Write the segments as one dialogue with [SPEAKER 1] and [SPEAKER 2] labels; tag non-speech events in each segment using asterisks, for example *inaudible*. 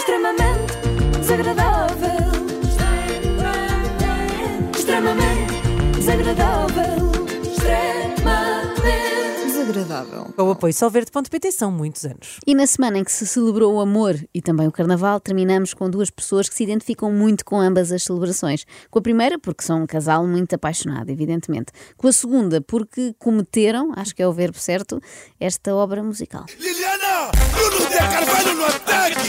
[SPEAKER 1] extremamente desagradável. Extremamente desagradável. Extremamente desagradável.
[SPEAKER 2] Com o apoio solverde.pt são muitos anos.
[SPEAKER 3] E na semana em que se celebrou o amor e também o carnaval, terminamos com duas pessoas que se identificam muito com ambas as celebrações. Com a primeira, porque são um casal muito apaixonado, evidentemente. Com a segunda, porque cometeram, acho que é o verbo certo, esta obra musical.
[SPEAKER 4] Liliana, Bruno de Carvalho no ataque.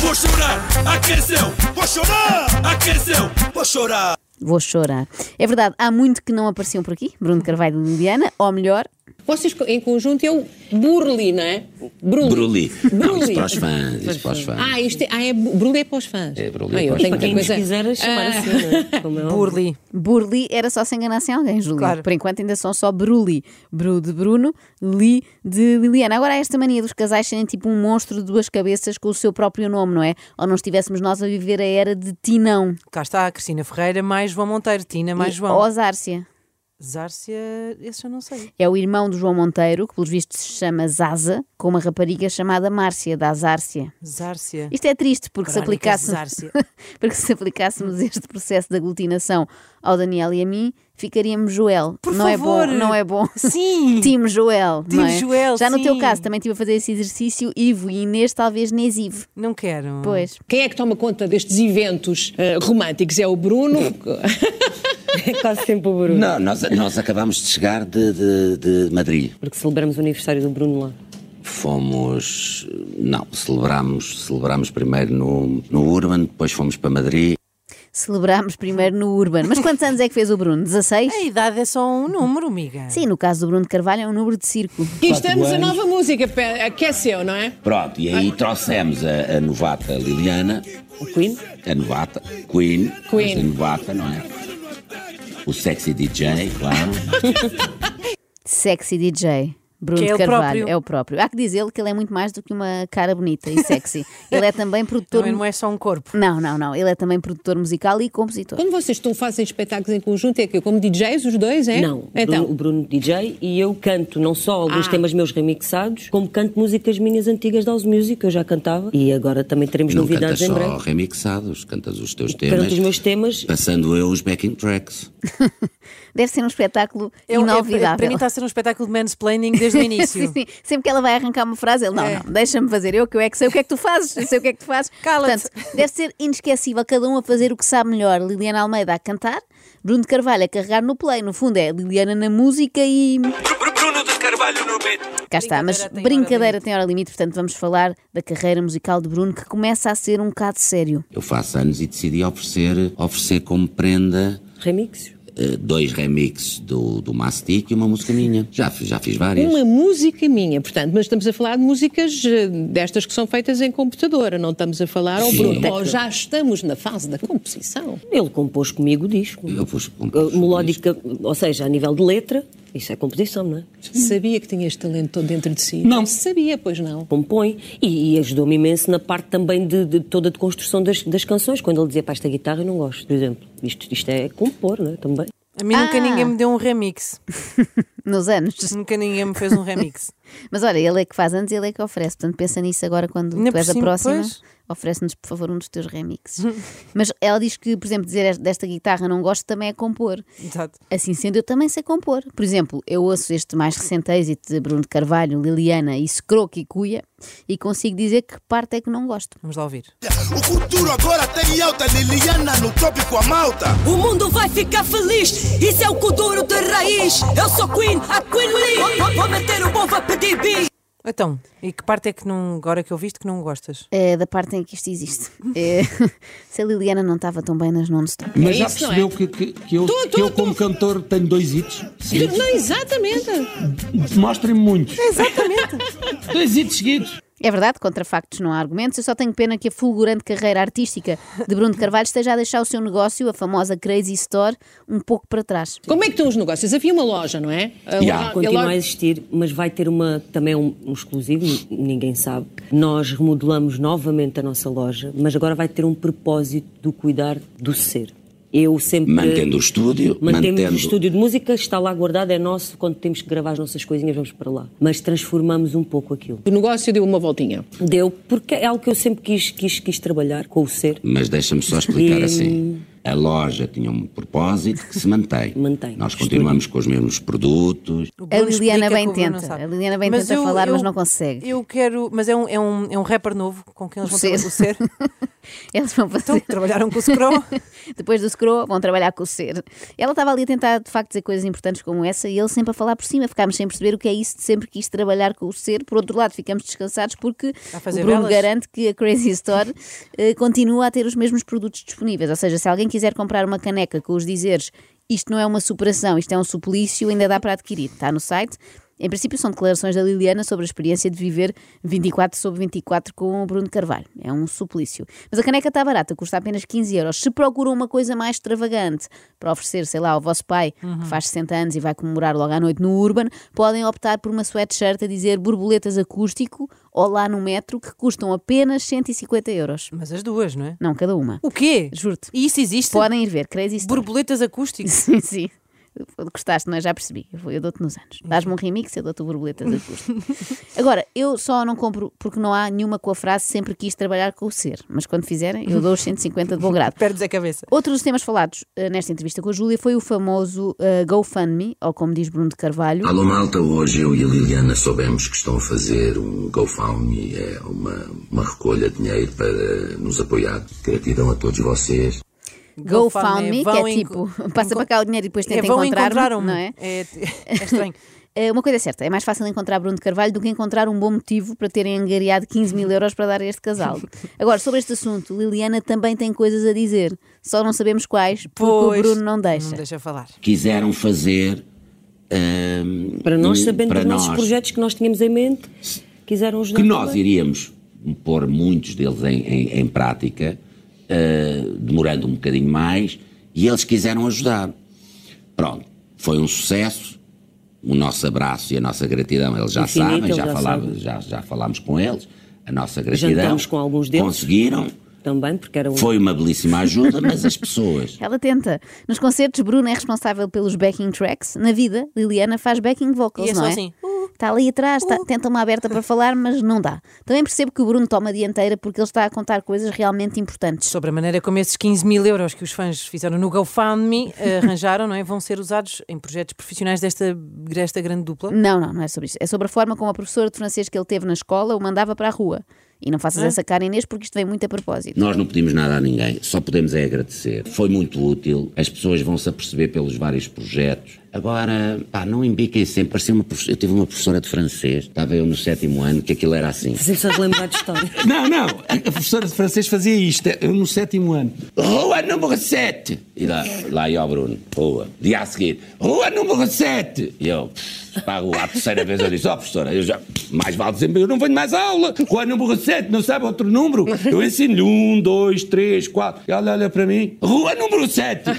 [SPEAKER 4] Vou chorar, aqueceu. Vou chorar, aqueceu. Vou chorar.
[SPEAKER 3] Vou chorar. É verdade, há muito que não apareciam por aqui. Bruno Carvalho de Indiana, ou melhor,
[SPEAKER 5] Vocês co- em conjunto eu burli, não é? Bruli.
[SPEAKER 6] Bruli. Não, isso
[SPEAKER 5] Bruli.
[SPEAKER 6] para os fãs, isso para os fãs.
[SPEAKER 5] Ah, isto é, ah, é bu- bruli é para os fãs.
[SPEAKER 6] É, bruli é
[SPEAKER 5] Ah, eu
[SPEAKER 6] para os
[SPEAKER 5] tenho
[SPEAKER 6] fãs.
[SPEAKER 5] que Ah,
[SPEAKER 6] Quem
[SPEAKER 5] coisa-
[SPEAKER 7] Quiseras chamar assim,
[SPEAKER 2] *laughs*
[SPEAKER 7] não é? Como é óbvio.
[SPEAKER 2] Burli.
[SPEAKER 3] Burli era só se enganassem alguém, Júlio.
[SPEAKER 2] Claro.
[SPEAKER 3] Por enquanto ainda são só Bruli. Bru de Bruno, Li de Liliana. Agora há esta mania dos casais serem tipo um monstro de duas cabeças com o seu próprio nome, não é? Ou não estivéssemos nós a viver a era de Tinão.
[SPEAKER 2] Cá está a Cristina Ferreira, mais João Monteiro, Tina, mais
[SPEAKER 3] E-
[SPEAKER 2] João.
[SPEAKER 3] Ou Zárcia.
[SPEAKER 2] Zárcia, esse eu não sei.
[SPEAKER 3] É o irmão do João Monteiro, que pelos vistos se chama Zaza, com uma rapariga chamada Márcia, da Zárcia.
[SPEAKER 2] Zárcia.
[SPEAKER 3] Isto é triste, porque se,
[SPEAKER 2] Crónicas de
[SPEAKER 3] aplicássemos,
[SPEAKER 2] Zárcia.
[SPEAKER 3] *laughs* porque se aplicássemos este processo de aglutinação ao Daniel e a mim, ficaríamos Joel.
[SPEAKER 2] Por
[SPEAKER 3] não
[SPEAKER 2] favor.
[SPEAKER 3] é bom, não é bom.
[SPEAKER 2] *laughs* Sim!
[SPEAKER 3] *laughs* Tim Joel.
[SPEAKER 2] Team
[SPEAKER 3] não é?
[SPEAKER 2] Joel,
[SPEAKER 3] Já no
[SPEAKER 2] sim.
[SPEAKER 3] teu caso também estive a fazer esse exercício, Ivo e Inês, talvez Inês Ivo.
[SPEAKER 2] Não quero.
[SPEAKER 3] Pois.
[SPEAKER 5] *laughs* Quem é que toma conta destes eventos eh, românticos? É o
[SPEAKER 6] *laughs*
[SPEAKER 5] Bruno. *laughs*
[SPEAKER 7] É quase sempre o Bruno.
[SPEAKER 6] Não, nós, nós acabámos de chegar de, de, de Madrid.
[SPEAKER 7] Porque celebramos o aniversário do Bruno lá.
[SPEAKER 6] Fomos. Não, celebramos, celebramos primeiro no, no Urban, depois fomos para Madrid.
[SPEAKER 3] Celebrámos primeiro no Urban. Mas quantos anos é que fez o Bruno? 16?
[SPEAKER 2] A idade é só um número, amiga.
[SPEAKER 3] Sim, no caso do Bruno de Carvalho é um número de circo.
[SPEAKER 5] Aqui estamos a nova música, pe- aqueceu, não é?
[SPEAKER 6] Pronto, e aí trouxemos a, a novata Liliana,
[SPEAKER 7] Ah. O Queen?
[SPEAKER 6] a novata Queen,
[SPEAKER 5] Queen.
[SPEAKER 6] mas a novata, não é? O sexy DJ,
[SPEAKER 7] *laughs*
[SPEAKER 6] claro.
[SPEAKER 3] Sexy DJ. Bruno
[SPEAKER 2] Que é
[SPEAKER 3] de
[SPEAKER 2] ele
[SPEAKER 3] Carvalho
[SPEAKER 2] próprio.
[SPEAKER 3] é o próprio. Há que dizer que ele é muito mais do que uma cara bonita e sexy. Ele é também produtor.
[SPEAKER 2] Também *laughs* não é só um corpo.
[SPEAKER 3] Não, não, não. Ele é também produtor musical e compositor.
[SPEAKER 5] Quando vocês estão, fazem espetáculos em conjunto, é que como DJs os dois, é?
[SPEAKER 7] Não. Então.
[SPEAKER 5] Então,
[SPEAKER 7] O Bruno DJ e eu canto não só alguns
[SPEAKER 5] Ah.
[SPEAKER 7] temas meus remixados, como canto músicas minhas antigas da House Music, que eu já cantava. E agora também teremos
[SPEAKER 6] não cantas
[SPEAKER 7] novidades em breve.
[SPEAKER 6] só remixados, cantas os teus temas.
[SPEAKER 7] Canto os meus temas.
[SPEAKER 6] Passando eu os backing tracks.
[SPEAKER 3] Deve ser um espetáculo
[SPEAKER 2] É um- é-
[SPEAKER 3] inovidável.
[SPEAKER 2] para mim está a ser um espetáculo de mansplaining desde o início.
[SPEAKER 3] *laughs*
[SPEAKER 2] É.
[SPEAKER 3] Sim, sim. Sempre que ela vai arrancar uma frase, ele, não, não, deixa-me fazer eu, que eu é que sei o que é que tu fazes, eu sei o que é que tu fazes.
[SPEAKER 2] Cala-te.
[SPEAKER 3] Portanto, deve ser inesquecível, cada um a fazer o que sabe melhor. Liliana Almeida a cantar, Bruno de Carvalho a carregar no play. No fundo, é Liliana na música e.
[SPEAKER 4] Bruno de Carvalho no meio.
[SPEAKER 3] Cá está, mas
[SPEAKER 2] Brincadeira tem hora
[SPEAKER 3] brincadeira tem hora limite, portanto, vamos falar da carreira musical de Bruno, que começa a ser um bocado sério.
[SPEAKER 6] Eu faço anos e decidi oferecer, oferecer como prenda
[SPEAKER 7] Remixes?
[SPEAKER 6] eh, dois remixes do, do Mastic e uma música minha. Já, fiz- já fiz várias.
[SPEAKER 5] uma música minha, portanto, mas estamos a falar de músicas eh, destas que são feitas em computadora, não estamos a falar ao Bruno. Ou já estamos na fase da composição.
[SPEAKER 7] Ele compôs comigo o disco.
[SPEAKER 6] Eu pus com-
[SPEAKER 7] Uh, Melódica, ou seja, a nível de letra, isso é composição, não é?
[SPEAKER 5] Sabia que tinha este talento todo dentro de si?
[SPEAKER 6] Não.
[SPEAKER 5] Sabia, pois não.
[SPEAKER 7] compõe e, e ajudou-me imenso na parte também de, de toda a construção das, das canções. Quando ele dizia, pá, esta guitarra eu não gosto, por exemplo. Isto, isto é compor, não é? Também.
[SPEAKER 2] A mim nunca
[SPEAKER 3] Ah.
[SPEAKER 2] ninguém me deu um remix.
[SPEAKER 3] Nos anos.
[SPEAKER 2] Nunca ninguém me fez um
[SPEAKER 3] *laughs*
[SPEAKER 2] remix.
[SPEAKER 3] Mas olha, ele é que faz antes, ele é que oferece. Portanto, pensa nisso agora quando
[SPEAKER 2] Ainda
[SPEAKER 3] tu és
[SPEAKER 2] por
[SPEAKER 3] a
[SPEAKER 2] cima,
[SPEAKER 3] próxima.
[SPEAKER 2] pois.
[SPEAKER 3] Oferece-nos, por favor, um dos
[SPEAKER 2] *laughs*
[SPEAKER 3] teus remixes. Mas ela diz que, por exemplo, dizer desta guitarra não gosto também é compor.
[SPEAKER 2] Exato.
[SPEAKER 3] Assim sendo, eu também sei compor. Por exemplo, eu ouço este mais recente êxito de Bruno de Carvalho, Liliana e Scroque e Cuia e consigo dizer que parte é que não gosto.
[SPEAKER 2] Vamos lá ouvir.
[SPEAKER 4] O futuro agora tem alta Liliana no tópico a malta.
[SPEAKER 8] O mundo vai ficar feliz, isso é o Kuduro de raiz. Eu sou Queen, a Queen Lee. Vou- Vou, vou meter o povo a pedir bis.
[SPEAKER 2] Então, e que parte é que não. Agora que eu viste que não gostas?
[SPEAKER 3] É da parte em que isto existe. É, *laughs* se a Liliana não estava tão bem nas tá. non-stop.
[SPEAKER 9] Mas
[SPEAKER 5] É
[SPEAKER 9] já
[SPEAKER 5] isso, não
[SPEAKER 9] percebeu
[SPEAKER 5] é?
[SPEAKER 9] que, que- que eu,
[SPEAKER 5] Tu, tu,
[SPEAKER 9] que eu
[SPEAKER 5] tu.
[SPEAKER 9] como cantor, tenho dois hits? seguidos?
[SPEAKER 5] Não, exatamente.
[SPEAKER 9] Mostrem-me muitos.
[SPEAKER 2] Exatamente.
[SPEAKER 9] *laughs* Dois hits seguidos.
[SPEAKER 3] É verdade, contra factos não há argumentos. Eu só tenho pena que a fulgurante carreira artística de Bruno de Carvalho esteja a deixar o seu negócio, a famosa Crazy Store, um pouco para trás.
[SPEAKER 5] Como é que estão os negócios? Havia uma loja, não é? A
[SPEAKER 6] Já.
[SPEAKER 5] loja-
[SPEAKER 7] Continua
[SPEAKER 5] a
[SPEAKER 7] a
[SPEAKER 5] loja-
[SPEAKER 7] existir, mas vai ter uma, também um, um exclusivo, n- ninguém sabe. Nós remodelamos novamente a nossa loja, mas agora vai ter um propósito do cuidar do ser. Eu sempre.
[SPEAKER 6] Mantendo o estúdio,
[SPEAKER 7] Mantemos
[SPEAKER 6] mantendo-
[SPEAKER 7] eh, o estúdio de música, está lá guardado, é nosso. Quando temos que gravar as nossas coisinhas, vamos para lá. Mas transformamos um pouco aquilo.
[SPEAKER 5] O negócio deu uma voltinha.
[SPEAKER 7] Deu, porque é algo que eu sempre quis, quis, quis trabalhar com o ser.
[SPEAKER 6] Mas deixa-me só explicar
[SPEAKER 7] E-
[SPEAKER 6] assim. A loja tinha um propósito que se mantém.
[SPEAKER 7] Mantém.
[SPEAKER 6] Nós continuamos com os mesmos produtos.
[SPEAKER 2] O
[SPEAKER 3] A
[SPEAKER 2] Bruno
[SPEAKER 3] Liliana
[SPEAKER 2] explica que
[SPEAKER 3] bem
[SPEAKER 2] o Bruno não
[SPEAKER 3] tenta.
[SPEAKER 2] sabe.
[SPEAKER 3] A Liliana bem tenta falar, mas não consegue.
[SPEAKER 2] Eu quero, mas é um, é um, é um rapper novo com quem eles vão trabalhar
[SPEAKER 3] Ser.
[SPEAKER 2] com o ser.
[SPEAKER 3] *laughs* Eles vão
[SPEAKER 2] Então,
[SPEAKER 3] fazer.
[SPEAKER 2] trabalharam com o Scroll.
[SPEAKER 3] *laughs* Depois do scroll, vão trabalhar com o ser. Ela estava ali a tentar, de facto, dizer coisas importantes como essa e ele sempre a falar por cima. Ficámos sem perceber o que é isso de sempre quis trabalhar com o ser. Por outro lado, ficamos descansados porque
[SPEAKER 2] A
[SPEAKER 3] o
[SPEAKER 2] fazer
[SPEAKER 3] Bruno
[SPEAKER 2] velas.
[SPEAKER 3] garante que a Crazy Store eh, continua a ter os mesmos produtos disponíveis. Ou seja, se alguém quiser comprar uma caneca com os dizeres isto não é uma superação, isto é um suplício, ainda dá para adquirir. Está no site. Em princípio, são declarações da Liliana sobre a experiência de viver 24 sobre 24 com o Bruno Carvalho. É um suplício. Mas a caneca está barata, custa apenas 15 euros. Se procuram uma coisa mais extravagante para oferecer, sei lá, ao vosso pai, que faz 60 anos e vai comemorar logo à noite no Urban, podem optar por uma sweatshirt a dizer borboletas acústico ou lá no metro, que custam apenas 150 euros.
[SPEAKER 2] Mas as duas, não é?
[SPEAKER 3] Não, cada uma.
[SPEAKER 2] O quê?
[SPEAKER 3] Juro-te.
[SPEAKER 2] E isso existe?
[SPEAKER 3] Podem ir ver, Crazy Story.
[SPEAKER 2] Borboletas acústicas.
[SPEAKER 3] Sim, *laughs* sim. Gostaste, não é? Já percebi. Eu, vou- eu dou-te nos anos. Dás-me um remix, eu dou-te borboletas a custo. *laughs* Agora, eu só não compro porque não há nenhuma com a frase sempre quis trabalhar com o ser. Mas quando fizerem, eu dou os 150 de bom grado.
[SPEAKER 2] *laughs* Perdes a cabeça.
[SPEAKER 3] Outro dos temas falados eh, nesta entrevista com a Júlia foi o famoso eh, GoFundMe, ou como diz Bruno de Carvalho.
[SPEAKER 6] Alô malta, hoje eu e a Liliana soubemos que estão a fazer um GoFundMe, é uma, uma recolha de dinheiro para nos apoiar. Gratidão a todos vocês.
[SPEAKER 3] GoFundMe, que
[SPEAKER 2] Vão
[SPEAKER 3] é
[SPEAKER 2] em-
[SPEAKER 3] tipo, *laughs* passa para cá o dinheiro e depois
[SPEAKER 2] É,
[SPEAKER 3] tenta
[SPEAKER 2] vão
[SPEAKER 3] encontrar-me,
[SPEAKER 2] encontrar-me.
[SPEAKER 3] não é?
[SPEAKER 2] É, é estranho.
[SPEAKER 3] *laughs* Eh, Uma coisa é certa, é mais fácil encontrar Bruno de Carvalho do que encontrar um bom motivo para terem angariado 15 mil euros para dar a
[SPEAKER 2] *laughs*
[SPEAKER 3] este casal. Agora, sobre este assunto, Liliana também tem coisas a dizer, só não sabemos quais, porque
[SPEAKER 2] Pois,
[SPEAKER 3] o Bruno não
[SPEAKER 2] Não
[SPEAKER 3] deixa.
[SPEAKER 2] deixa falar.
[SPEAKER 6] Quiseram fazer. ahm,
[SPEAKER 7] Para nós,
[SPEAKER 6] um-
[SPEAKER 7] sabendo
[SPEAKER 6] para
[SPEAKER 7] dos nossos
[SPEAKER 6] nós,
[SPEAKER 7] projetos que nós tínhamos em mente, quiseram ajudar.
[SPEAKER 6] Que nós
[SPEAKER 7] também.
[SPEAKER 6] iríamos pôr muitos deles em, em- em prática, ah, demorando um bocadinho mais, e eles quiseram ajudar. Pronto, foi um sucesso. O nosso abraço e a nossa gratidão, eles já
[SPEAKER 7] Infinito,
[SPEAKER 6] sabem,
[SPEAKER 7] eles
[SPEAKER 6] já,
[SPEAKER 7] já
[SPEAKER 6] falava-
[SPEAKER 7] sabem.
[SPEAKER 6] já- já falámos com eles. A nossa gratidão.
[SPEAKER 7] Jantámos com alguns deles.
[SPEAKER 6] Conseguiram.
[SPEAKER 7] Também, porque era um. *laughs*
[SPEAKER 6] Foi uma belíssima ajuda, mas as pessoas.
[SPEAKER 3] Ela tenta. Nos concertos, Bruno é responsável pelos backing tracks. Na vida, Liliana faz backing vocals,
[SPEAKER 2] E é só
[SPEAKER 3] não é?
[SPEAKER 2] assim, uh,
[SPEAKER 3] Está ali atrás, está- tenta uma aberta para falar, mas não dá. Também percebo que o Bruno toma a dianteira porque ele está a contar coisas realmente importantes.
[SPEAKER 2] Sobre a maneira como esses 15 mil euros que os fãs fizeram no
[SPEAKER 3] *laughs*
[SPEAKER 2] GoFundMe eh, arranjaram, não é? Vão ser usados em projetos profissionais desta, desta grande dupla.
[SPEAKER 3] Não, não, não é sobre isso. É sobre a forma como a professora de francês que ele teve na escola o mandava para a rua. E não
[SPEAKER 2] É.
[SPEAKER 3] faças essa cara, Inês, porque isto vem muito a propósito.
[SPEAKER 6] Nós não pedimos nada a ninguém, só podemos é agradecer. Foi muito útil, as pessoas vão-se aperceber pelos vários projetos. Agora, pá, não embiquem sempre. Parecia uma profe- Eu tive uma professora de francês, estava eu no sétimo ano, que aquilo era assim.
[SPEAKER 7] Sempre só de lembrar de história.
[SPEAKER 9] Não, não. A professora de francês fazia isto. Eu no sétimo ano.
[SPEAKER 6] Rua número 7! E lá, lá ia ao Bruno, rua. Dia a seguir, rua número 7! E eu, pff, para a rua, a terceira vez eu disse, ó professora, eu já, mais vale dizer, eu não venho mais à aula. Rua número 7, não sabe outro número? Eu ensino-lhe um, dois, três, quatro. E ela olha para mim, rua número 7!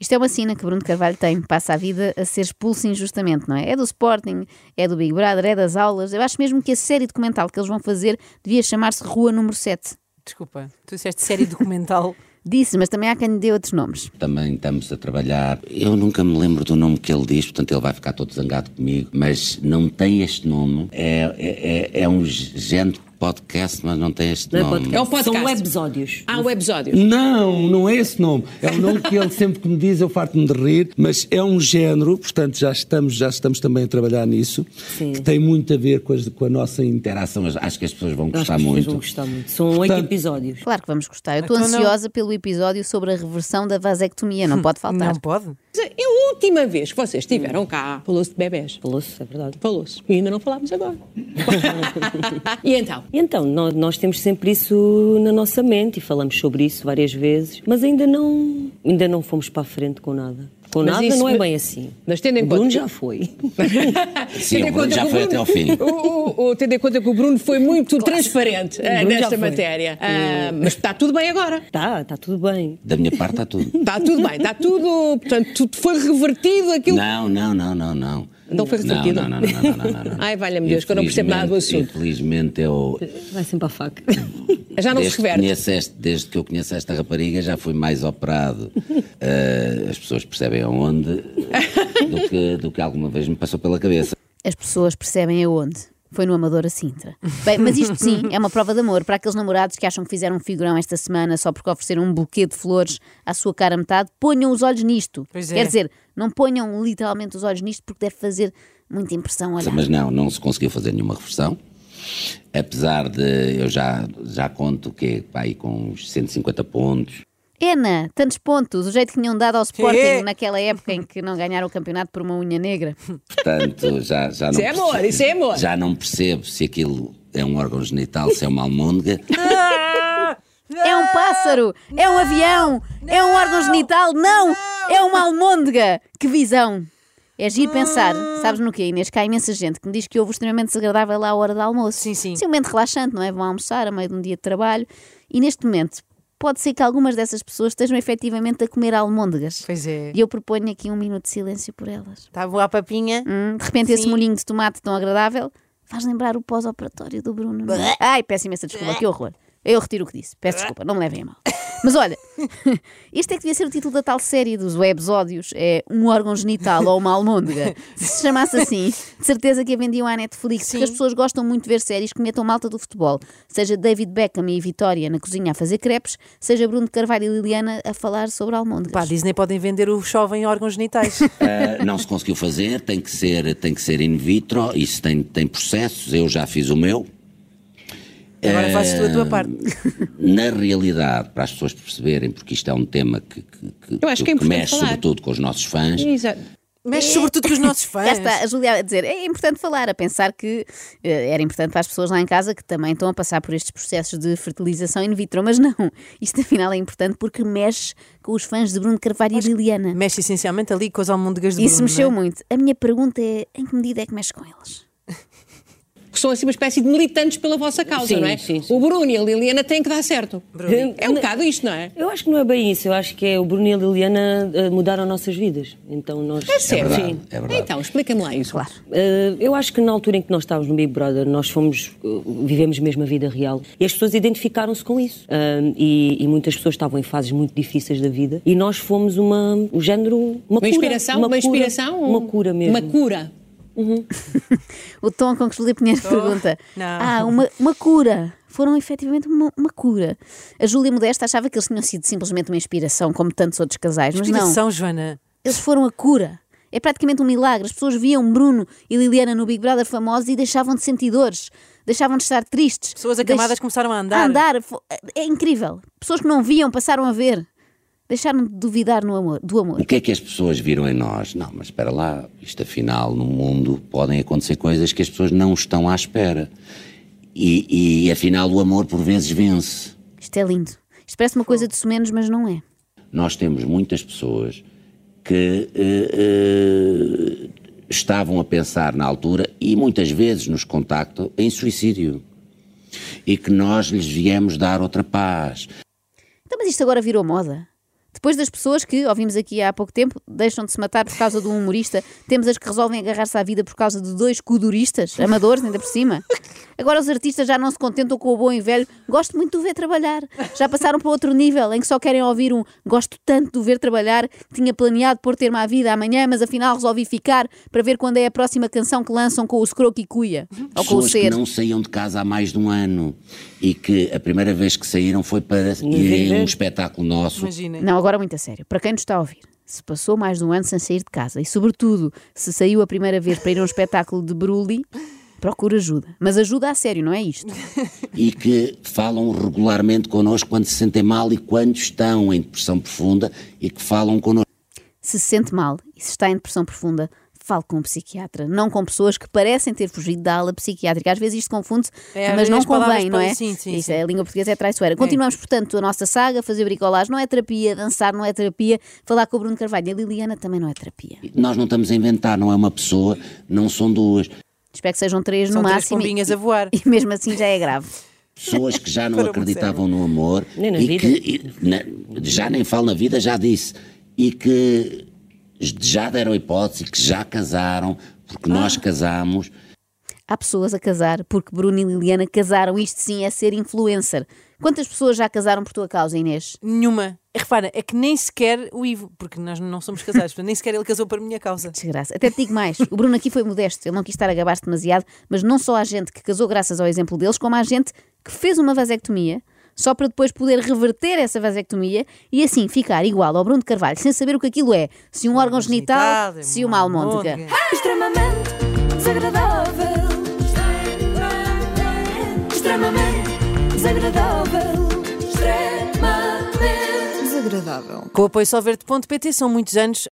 [SPEAKER 3] Isto é uma sina que Bruno Carvalho tem. Passa a vida a ser expulso injustamente, não é? É do Sporting, é do Big Brother, é das aulas. Eu acho mesmo que a série documental que eles vão fazer devia chamar-se Rua Número 7.
[SPEAKER 2] Desculpa, tu disseste série
[SPEAKER 3] *laughs*
[SPEAKER 2] documental.
[SPEAKER 3] Disse, mas também há quem lhe dê outros nomes.
[SPEAKER 6] Também estamos a trabalhar. Eu nunca me lembro do nome que ele diz, portanto ele vai ficar todo zangado comigo. Mas não tem este nome. É, é, é, é um género de podcast, mas não tem este
[SPEAKER 7] Não é
[SPEAKER 6] nome.
[SPEAKER 7] podcast.
[SPEAKER 5] É um podcast. Ah.
[SPEAKER 7] São websódios.
[SPEAKER 5] Há websódios.
[SPEAKER 9] Não, não é esse nome. É o nome que ele sempre que me diz, eu farto-me de rir, mas é um género, portanto já estamos, já estamos também a trabalhar nisso,
[SPEAKER 7] Sim.
[SPEAKER 9] que tem muito a ver com, as- com a nossa inter...
[SPEAKER 6] Interação, acho- acho que as pessoas vão
[SPEAKER 7] Acho que
[SPEAKER 6] gostar
[SPEAKER 7] as pessoas
[SPEAKER 6] muito.
[SPEAKER 7] vão gostar muito. São oito
[SPEAKER 9] Portanto-
[SPEAKER 7] episódios.
[SPEAKER 3] Claro que vamos gostar. Eu estou
[SPEAKER 2] Então não.
[SPEAKER 3] ansiosa pelo episódio sobre a reversão da vasectomia.
[SPEAKER 2] *laughs*
[SPEAKER 3] Não pode faltar.
[SPEAKER 2] Não pode?
[SPEAKER 5] Mas É a última vez que vocês estiveram cá. Falou-se de bebés.
[SPEAKER 7] Falou-se, é verdade.
[SPEAKER 5] Falou-se. E ainda não falámos agora. e *laughs* então?
[SPEAKER 7] E Então, nó- nós, temos sempre isso na nossa mente e falamos sobre isso várias vezes, mas ainda não, ainda não fomos para a frente com nada. Com
[SPEAKER 5] Mas
[SPEAKER 7] nada
[SPEAKER 5] isso
[SPEAKER 7] não é
[SPEAKER 5] me-
[SPEAKER 7] bem assim.
[SPEAKER 5] Mas tendo em
[SPEAKER 7] o Bruno
[SPEAKER 5] conta-
[SPEAKER 7] já foi.
[SPEAKER 6] Sim,
[SPEAKER 5] Tendo
[SPEAKER 6] o
[SPEAKER 5] em
[SPEAKER 6] Bruno
[SPEAKER 5] conta
[SPEAKER 6] já
[SPEAKER 5] que o
[SPEAKER 6] foi até ao fim.
[SPEAKER 5] *laughs* O, o- o- tendo em conta que o Bruno foi muito transparente eh,
[SPEAKER 7] Bruno já
[SPEAKER 5] nesta
[SPEAKER 7] foi.
[SPEAKER 5] matéria. Ah, mas está tudo bem agora.
[SPEAKER 7] Tá, está tudo bem.
[SPEAKER 6] Da minha
[SPEAKER 5] *laughs*
[SPEAKER 6] parte está tudo.
[SPEAKER 5] Está tudo bem, está tudo. Portanto, tudo foi revertido aquilo.
[SPEAKER 6] Não, não, não, não, não.
[SPEAKER 5] Então foi
[SPEAKER 6] Não,
[SPEAKER 5] ressentido.
[SPEAKER 6] não, não, não, não, não, não, não.
[SPEAKER 5] *laughs* Ai, valha-me Deus, que eu não percebo nada do
[SPEAKER 6] Infelizmente-
[SPEAKER 5] assunto.
[SPEAKER 6] Infelizmente é o.
[SPEAKER 7] Vai sempre à faca.
[SPEAKER 5] *laughs*
[SPEAKER 7] *laughs*
[SPEAKER 5] Já não
[SPEAKER 6] desde,
[SPEAKER 5] se
[SPEAKER 6] que
[SPEAKER 5] reverte.
[SPEAKER 6] conheço este- desde que eu conheço esta rapariga, já fui mais
[SPEAKER 5] *laughs*
[SPEAKER 6] operado. eh, as pessoas percebem aonde do que, do que alguma vez me passou pela cabeça.
[SPEAKER 3] As pessoas percebem aonde. Foi no Amador a Sintra. Bem, mas isto
[SPEAKER 2] *laughs*
[SPEAKER 3] sim é uma prova de amor para aqueles namorados que acham que fizeram um figurão esta semana só porque ofereceram um buquê de flores à sua cara a metade. Ponham os olhos nisto.
[SPEAKER 2] Pois é.
[SPEAKER 3] Quer dizer, não ponham literalmente os olhos nisto porque deve fazer muita impressão olhar.
[SPEAKER 6] Então, Mas não, não se conseguiu fazer nenhuma reversão. Apesar de eu já, já conto que é pá, aí com uns 150 pontos.
[SPEAKER 3] Ena, tantos pontos, o jeito que tinham dado ao Sporting
[SPEAKER 2] É.
[SPEAKER 3] naquela época em que não ganharam o campeonato por uma unha negra.
[SPEAKER 5] *laughs*
[SPEAKER 6] Portanto, já, já não
[SPEAKER 5] Isso é amor,
[SPEAKER 6] percebo-
[SPEAKER 5] isso é amor.
[SPEAKER 6] Já não percebo se aquilo é um órgão genital, se é
[SPEAKER 5] *laughs*
[SPEAKER 6] uma almôndega.
[SPEAKER 5] Ah.
[SPEAKER 3] É um pássaro, é um avião, é um órgão genital, não, é uma almôndega. Que visão! É giro
[SPEAKER 2] Hum.
[SPEAKER 3] pensar, sabes no quê, Inês? Que há imensa gente que me diz que houve extremamente desagradável à hora do almoço.
[SPEAKER 2] Sim, sim.
[SPEAKER 3] Sim, um momento relaxante, não é? Vão almoçar a meio de um dia de trabalho e neste momento pode ser que algumas dessas pessoas estejam efetivamente a comer almôndegas.
[SPEAKER 2] Pois é.
[SPEAKER 3] E eu proponho aqui um minuto de silêncio por elas.
[SPEAKER 2] Está boa a papinha.
[SPEAKER 3] Hum, de repente, esse molhinho de tomate tão agradável faz lembrar o pós-operatório do Bruno. não é? Ai, peço imensa desculpa, que horror. Eu retiro o que disse, peço desculpa, não me levem a mal. Mas olha, *laughs* este é que devia ser o título da tal série dos websódios: é um órgão genital ou uma almôndega. Se se chamasse assim, de certeza que a vendiam à Netflix, porque as pessoas gostam muito de ver séries que metam malta do futebol. Seja David Beckham e Vitória na cozinha a fazer crepes, seja Bruno de Carvalho e Liliana a falar sobre almôndegas.
[SPEAKER 2] Pá, a Disney podem vender o jovem órgãos
[SPEAKER 3] *laughs*
[SPEAKER 2] genitais.
[SPEAKER 6] Uh, não se conseguiu fazer, tem que ser, tem que ser in vitro, isso tem, tem processos, eu já fiz o meu.
[SPEAKER 2] Agora fazes tu a tua parte.
[SPEAKER 6] Na realidade, para as pessoas perceberem, porque isto é um tema que, que- que-
[SPEAKER 5] Eu acho que é importante
[SPEAKER 6] mexe
[SPEAKER 5] falar.
[SPEAKER 6] sobretudo com os nossos fãs,
[SPEAKER 5] Exato.
[SPEAKER 2] *laughs* Mexe sobretudo com os *laughs* nossos fãs.
[SPEAKER 3] Cá está, a Julia a dizer, é importante falar, a pensar que eh, era importante para as pessoas lá em casa que também estão a passar por estes processos de fertilização in vitro, mas não, isto afinal é importante porque mexe com os fãs de Bruno Carvalho e Liliana.
[SPEAKER 2] Mexe essencialmente ali com as almôndegas de
[SPEAKER 3] Isso
[SPEAKER 2] Bruno,
[SPEAKER 3] mexeu
[SPEAKER 2] não é?
[SPEAKER 3] muito. A minha pergunta é, em que medida é que mexe com eles?
[SPEAKER 5] Que são assim uma espécie de militantes pela vossa causa,
[SPEAKER 7] Sim,
[SPEAKER 5] não é?
[SPEAKER 7] sim, sim.
[SPEAKER 5] O Bruno e a Liliana têm que dar certo. É um bocado isto, não é?
[SPEAKER 7] Eu acho que não é bem isso. Eu acho que é o Bruno e a Liliana eh, mudaram nossas vidas. Então nós.
[SPEAKER 5] É sério.
[SPEAKER 6] verdade,
[SPEAKER 5] Sim.
[SPEAKER 6] é verdade.
[SPEAKER 5] Então, explica-me lá isso.
[SPEAKER 3] Claro.
[SPEAKER 7] Eh, eu acho que na altura em que nós estávamos no Big Brother, nós fomos, eh, vivemos mesmo a vida real e as pessoas identificaram-se com isso. Ahm, e, e muitas pessoas estavam em fases muito difíceis da vida e nós fomos uma, um género,
[SPEAKER 5] Uma
[SPEAKER 7] uma, cura,
[SPEAKER 5] inspiração? Uma,
[SPEAKER 7] cura,
[SPEAKER 5] inspiração? um-
[SPEAKER 7] Uma cura mesmo.
[SPEAKER 5] Uma cura.
[SPEAKER 3] O tom com que Julia Pinheiro pergunta.
[SPEAKER 2] Não.
[SPEAKER 3] Ah, uma, uma cura. Foram efetivamente uma, uma cura. A Júlia Modesta achava que eles tinham sido simplesmente uma inspiração, como tantos outros casais, mas não.
[SPEAKER 2] Inspiração, Joana.
[SPEAKER 3] Eles foram a cura. É praticamente um milagre. As pessoas viam Bruno e Liliana no Big Brother famosos e deixavam de sentir dores, deixavam de estar tristes.
[SPEAKER 2] Pessoas acamadas
[SPEAKER 3] Deix-
[SPEAKER 2] começaram a andar.
[SPEAKER 3] A andar. Fo- É incrível. Pessoas que não viam passaram a ver. Deixaram de duvidar no amor, do amor.
[SPEAKER 6] o que é que as pessoas viram em nós? Não, mas espera lá, isto afinal no mundo podem acontecer coisas que as pessoas não estão à espera. E, e afinal o amor por vezes vence.
[SPEAKER 3] Isto é lindo. Isto parece uma coisa de sumenos, mas não é.
[SPEAKER 6] nós temos muitas pessoas que eh, eh, estavam a pensar na altura e muitas vezes nos contactam em suicídio. E que nós lhes viemos dar outra paz.
[SPEAKER 3] Então, mas isto agora virou moda. Depois das pessoas que ouvimos aqui há pouco tempo deixam de se matar por causa de um humorista, temos as que resolvem agarrar-se à vida por causa de dois coduristas, amadores ainda por cima. Agora os artistas já não se contentam com o bom e velho, gosto muito de o ver trabalhar. Já passaram para outro nível, em que só querem ouvir um gosto tanto de o ver trabalhar, tinha planeado pôr ter-me à vida amanhã, mas afinal resolvi ficar para ver quando é a próxima canção que lançam com o Scroque e Cuia. Ou com o
[SPEAKER 6] Pessoas que
[SPEAKER 3] Ser.
[SPEAKER 6] não saíam de casa há mais de um ano e que a primeira vez que saíram foi para irem a um espetáculo nosso
[SPEAKER 2] Imaginem.
[SPEAKER 3] Não, agora muito a sério. Para quem nos está a ouvir, se passou mais de um ano sem sair de casa e, sobretudo, se saiu a primeira vez para ir a um espetáculo de Brulli, procura ajuda. Mas ajuda a sério, não é isto?
[SPEAKER 6] e que falam regularmente connosco quando se sentem mal e quando estão em depressão profunda e que falam connosco.
[SPEAKER 3] Se se sente mal e se está em depressão profunda, fale com um psiquiatra, não com pessoas que parecem ter fugido da ala psiquiátrica. Às vezes isto confunde-se,
[SPEAKER 2] É, às
[SPEAKER 3] mas
[SPEAKER 2] vezes
[SPEAKER 3] não
[SPEAKER 2] as palavras
[SPEAKER 3] convém, não é?
[SPEAKER 2] podem- sim, sim,
[SPEAKER 3] Isso,
[SPEAKER 2] sim.
[SPEAKER 3] A língua portuguesa é traiçoeira. Continuamos, portanto, a nossa saga, fazer bricolagem não é terapia, dançar não é terapia, falar com o Bruno Carvalho e a Liliana também não é terapia.
[SPEAKER 6] Nós não estamos a inventar, não é uma pessoa, não são duas.
[SPEAKER 3] Espero que sejam três
[SPEAKER 2] São
[SPEAKER 3] no
[SPEAKER 2] três
[SPEAKER 3] máximo. e-
[SPEAKER 2] pombinhas a voar.
[SPEAKER 3] E mesmo assim já é grave.
[SPEAKER 6] Pessoas que
[SPEAKER 7] *laughs*
[SPEAKER 6] já não
[SPEAKER 2] Para
[SPEAKER 6] acreditavam no amor
[SPEAKER 7] Nem na
[SPEAKER 6] e
[SPEAKER 7] vida.
[SPEAKER 6] que e- na- já nem falo na vida, já disse, e que já deram hipótese, que já casaram, Porque
[SPEAKER 7] Ah.
[SPEAKER 6] nós casámos.
[SPEAKER 3] Há pessoas a casar porque Bruno e Liliana casaram. Isto sim é ser influencer. Quantas pessoas já casaram por tua causa, Inês?
[SPEAKER 2] Nenhuma. Repara, é que nem sequer o Ivo, porque nós não somos casados, portanto, nem sequer ele casou para minha causa.
[SPEAKER 3] Desgraça. Até te digo mais. O Bruno aqui foi modesto. Ele não quis estar a gabar-se demasiado, mas não só há gente que casou graças ao exemplo deles, como há gente que fez uma vasectomia só para depois poder reverter essa vasectomia e assim ficar igual ao Bruno de Carvalho, sem saber o que aquilo é. Se um órgão genital,
[SPEAKER 2] Genital, é
[SPEAKER 3] se uma almôndega.
[SPEAKER 1] Extremamente desagradável. Extremamente desagradável. Extremamente desagradável.
[SPEAKER 2] Com o apoio solverde.pt são muitos anos